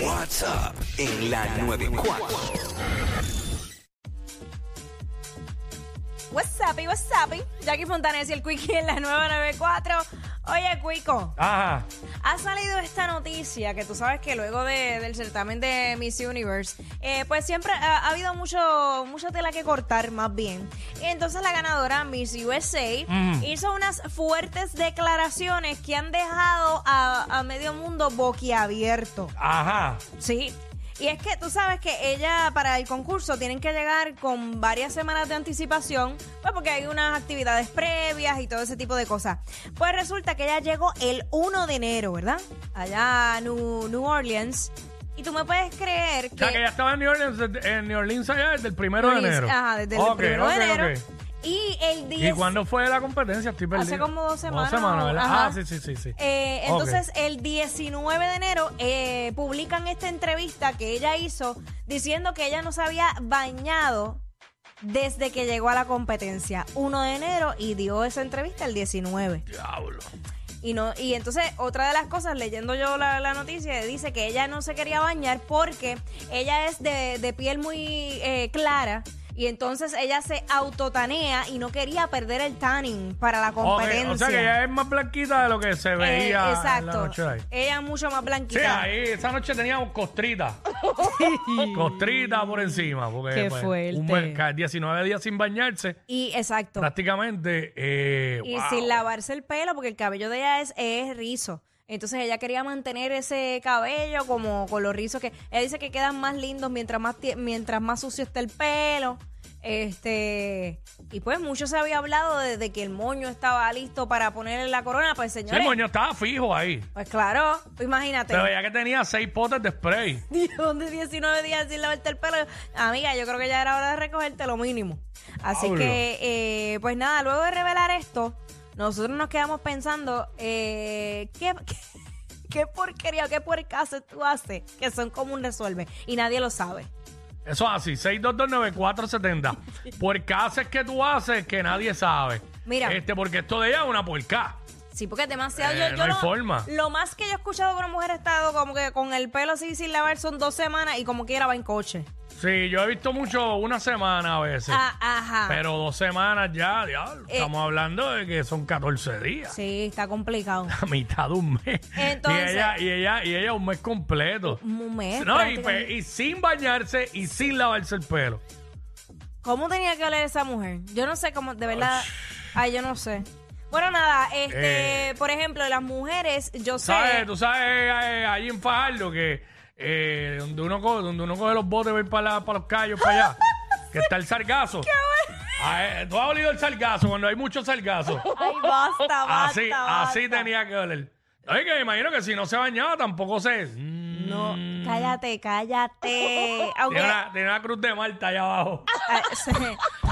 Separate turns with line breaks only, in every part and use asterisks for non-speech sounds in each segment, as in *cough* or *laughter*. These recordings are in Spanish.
WhatsApp en la 94.
WhatsApp y WhatsApp. Jackie Fontanes y el Quickie en la 994. Oye, Cuico,
Ajá.
ha salido esta noticia que tú sabes que luego de- del certamen de Miss Universe, eh, pues siempre ha, ha habido mucho, mucha tela que cortar, más bien. Y entonces la ganadora, Miss USA,
Mm.
hizo unas fuertes declaraciones que han dejado a, a medio mundo boquiabierto.
Ajá.
Sí. Y es que tú sabes que ella para el concurso tienen que llegar con varias semanas de anticipación, pues porque hay unas actividades previas y todo ese tipo de cosas. Pues resulta que ella llegó el 1 de enero, ¿verdad? Allá a New, New Orleans. Y tú me puedes creer que...
O sea, que ya estaba en New Orleans, desde- en New Orleans allá desde el primero de
Orleans-
enero.
Ajá, desde el
Ok,
1
ok,
de enero.
ok.
Y el 10...
¿Y cuándo fue la competencia? Estoy perdido.
Hace como dos semanas.
Dos semanas, ¿verdad?
Ajá.
Ah, sí, sí, sí. sí.
Eh,
Ok.
entonces, el 19 de enero eh, publican esta entrevista que ella hizo diciendo que ella no se había bañado desde que llegó a la competencia. 1 de enero y dio esa entrevista el 19.
Diablo.
Y, no, y entonces, otra de las cosas, leyendo yo la, la noticia, dice que ella no se quería bañar porque ella es de, de piel muy eh, clara. Y entonces ella se autotanea y no quería perder el tanning para la competencia.
Ok, O sea que ella es más blanquita de lo que se
Eh,
veía en la
exacto.
noche de ahí.
Ella es mucho más
Sí,
blanquita.
ahí esa noche teníamos
*laughs*
costrita. costrita por encima. Porque, pues,
Qué
Un
fuerte.
mes- ca- 19 días sin bañarse,
Y exacto.
prácticamente. Eh,
Y
wow.
sin lavarse el pelo, porque el cabello de ella es, es rizo. Entonces ella quería mantener ese cabello como con los rizos que. Ella dice que quedan más lindos mientras más, tie- mientras más sucio está el pelo. Este. Y pues mucho se había hablado desde que el moño estaba listo para ponerle la corona. Pues
Sí,
señores.
moño, estaba fijo ahí.
Pues claro, pues imagínate.
Pero veía que tenía seis potes de spray.
Dios, de 19 días sin lavarte el pelo. Amiga, yo creo que ya era hora de recogerte lo mínimo. Así
Pablo.
que, eh, pues nada, luego de revelar esto, nosotros nos quedamos pensando, eh, ¿qué, *laughs* qué, qué porquería, qué puercases tú haces que son como un resuelve y nadie lo sabe.
Eso es así,
*laughs*
6229470. Puercases que tú haces que nadie sabe.
Mira.
Este, porque esto de ella es una puerca.
Sí, porque es demasiado.
Eh,
yo, yo
no hay
lo,
forma.
lo más que yo he escuchado que una mujer ha estado como que con el pelo así sin lavar son dos semanas y como quiera va en coche.
Sí, yo he visto mucho una semana a veces.
Ah, ajá.
Pero dos semanas ya, diablo.
Eh.
estamos hablando de que son 14 días.
Sí, está complicado.
*laughs* A mitad de un mes.
Entonces-
y, ella, y, ella, y ella un mes completo.
Un mes.
No, y,
prácticamente.
pues, y sin bañarse y sin lavarse el pelo.
¿Cómo tenía que oler esa mujer? Yo no sé cómo, de verdad. Ay, yo no sé. Bueno, nada, este,
Eh.
por ejemplo, las mujeres, yo sé.
¿Sabes? Tú sabes, eh, eh, ahí en Fajardo, que eh, donde, uno coge, donde uno coge los botes va a ir para, la- para los callos,
*laughs*
para allá, que está el sargazo. Ah, eh, Tú has olido el sargazo cuando hay mucho sargazo.
*laughs* *laughs* Ay, basta, Ah, basta.
así, así
basta.
tenía que oler. Oye, que me imagino que si no se bañaba tampoco se. Mm.
No, cállate, cállate. Aunque.
Tiene una, tiene una cruz de Malta allá abajo.
Ay, sí.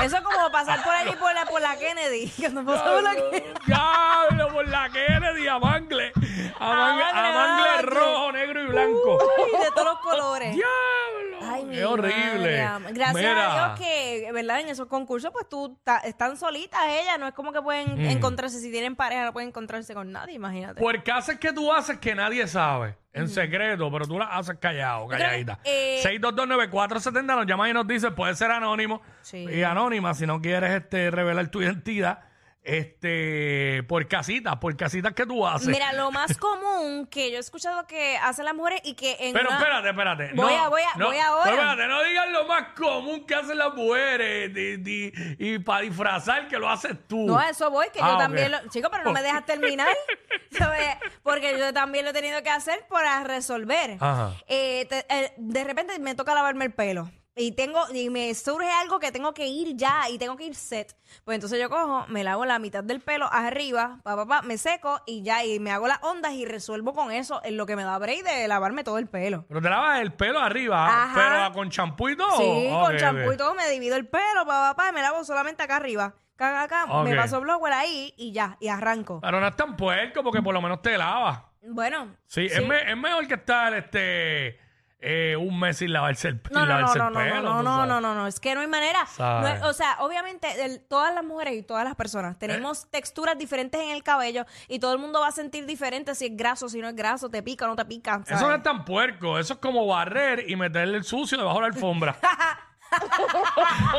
Eso es como pasar por allí por la, por la Kennedy. *laughs* Cuando pasó por la Kennedy.
*laughs* Diablo, por la Kennedy, a mangle. A mangle, a
mangle,
mangle
mangle.
rojo, negro y blanco.
Uy, de todos los colores.
Diablo.
Uh. Ay, mi
qué horrible.
madre, am- Gracias
Mira.
a Dios que, ¿verdad? En esos concursos, pues tú ta- están solitas ellas. No es como que pueden
Mm.
encontrarse. Si tienen pareja, no pueden encontrarse con nadie, imagínate.
Porque haces que tú haces que nadie sabe, en secreto, pero tú las haces callado,
creo que,
calladita.
eh,
6229470 nos llama y nos dice, puede ser anónimo
Sí.
y anónima si no quieres este revelar tu identidad. Este, por casitas, por casitas que tú haces.
Mira, lo más común que yo he escuchado que hacen las mujeres y que en
pero
una-
espérate, espérate.
Voy
no,
a- voy a-
no,
voy ahora.
pero espérate, no digas lo más común que hacen las mujeres di- di- y para disfrazar que lo haces tú.
No, a eso voy, que yo
Ah, ok. Oh.
también lo... Chico, pero no me dejas terminar.
*laughs*
¿sabes? Porque yo también lo he tenido que hacer para resolver.
Ajá.
Eh, te- eh, de repente me toca lavarme el pelo. Y tengo, y me surge algo que tengo que ir ya y tengo que ir set. Pues entonces yo cojo, me lavo la mitad del pelo arriba, pa, pa, pa, me seco y ya, y me hago las ondas y resuelvo con eso en lo que me da break de lavarme todo el pelo.
Pero te lavas el pelo arriba,
Ajá.
pero con champú y todo.
Sí,
Oh, Ok,
con champú
ok.
y todo me divido el pelo, papá, papá, me lavo solamente acá arriba. Acá, acá, acá,
Ok.
me paso blower ahí y ya, y arranco.
Pero no es tan puerco porque por lo menos te lavas.
Bueno,
Sí, Es, me- es mejor que estar este, eh, un mes sin lavarse el, sin
No, no, no,
lavarse
no,
el
no,
pelo.
no, no,
tú
no,
sabes.
no, no, no, es que no hay manera. No
¿Sabes?
es- o sea, obviamente el- todas las mujeres y todas las personas
Eh.
tenemos texturas diferentes en el cabello y todo el mundo va a sentir diferente si es graso, si no es graso, te pica o no te pica.
Eso no es tan puerco. Eso es como barrer y meterle el sucio debajo de la alfombra.
*laughs*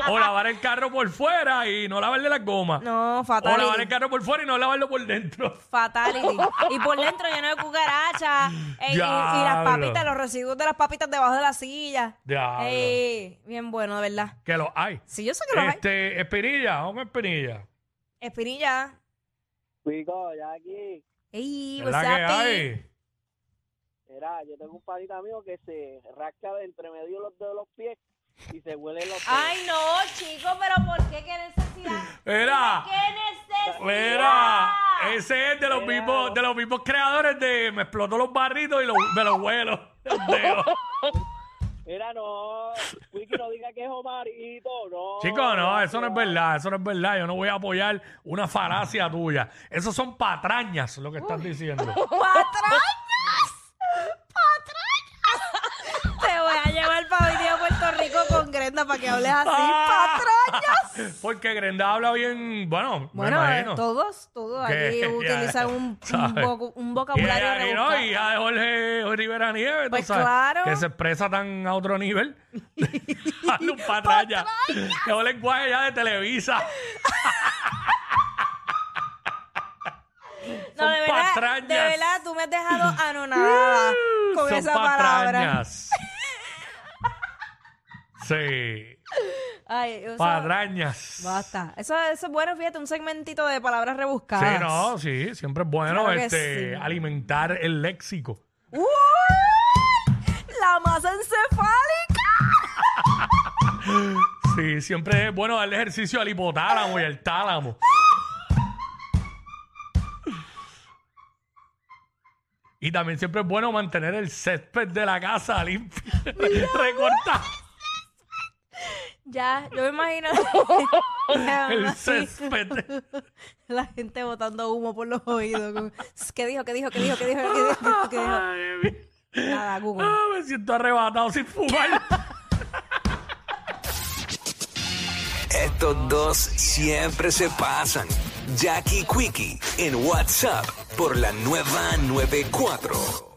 o lavar el carro por fuera y no lavarle las gomas.
No,
o lavar el
fatality.
carro por fuera y no lavarlo por dentro. *laughs*
Fatality. Y por dentro lleno de cucarachas. eh, y, y las
Diablo.
papitas, los residuos de las papitas debajo de la silla.
Diablo.
Ey, bien bueno, de verdad.
Que los hay.
Sí, yo sé que lo hay.
este, Espinilla, vamos a Espinilla.
Espirilla.
Pico, ya aquí.
Ey,
Es
what's
la que
up, ey?
hay.
Era, yo tengo un panita mío que se rasca de entre medio de los dedos de los pies y se huele los pies.
Ay, no, chico, pero ¿por qué? ¿Qué necesidad?
Mira.
¿Qué necesidad?
Mira, ese es de los mismos, de los mismos creadores de me explotó los barritos y los, me los vuelos. *laughs*
Era, no. Wiki, no diga que es Omarito, no.
Chicos, no, eso no es verdad, eso no es verdad. Yo no voy a apoyar una falacia tuya. Esos son patrañas lo que estás
*laughs*
diciendo.
¡Patrañas! ¡Patrañas! Te voy a llevar para venir a Puerto Rico con Grenda para que hables *laughs* así.
Ah.
¡Patrañas!
*laughs* Porque Grenda habla bien, bueno,
Bueno,
me
eh,
imagino.
todos, todos
Que
aquí
ya,
utilizan un, un,
*laughs* ¿sabes?
vocu- un
Y
vocabulario
ella, y no,
rebuscado.
y hija de Jorge Rivera Nieves, tú
Pues
sabes,
claro.
que se expresa tan a
*laughs*
otro nivel. *laughs* Hazle un patraña. Que es un lenguaje ya de Televisa.
No, de
son
verdad,
patrañas.
de verdad, tú me has dejado
*laughs*
anonadada con
Son
esa palabra.
patrañas.
*laughs*
sí,
Ay, eso-
patrañas.
Basta. Eso, eso es bueno, fíjate, un segmentito de palabras
Sí,
rebuscadas.
no, sí, siempre es bueno
Claro que
este,
sí.
alimentar el léxico.
¡Uy! ¡La masa encefálica!
Sí, siempre es bueno darle ejercicio al hipotálamo y al tálamo. Y también siempre es bueno mantener el césped de la casa limpio,
*laughs*
recortado.
Ya, yo me imagino.
*laughs* El
Sí,
césped.
La gente botando humo por los oídos. *laughs* con, ¿Qué dijo? ¿Qué dijo? ¿Qué dijo? ¿Qué dijo? ¿Qué dijo? ¿Qué dijo? ¿Qué dijo?
Ay, mi-
Nada, Google.
Ah, me siento arrebatado
*laughs*
sin fumar.
Estos dos siempre se pasan. Jackie Quickie en WhatsApp por la nueva 94.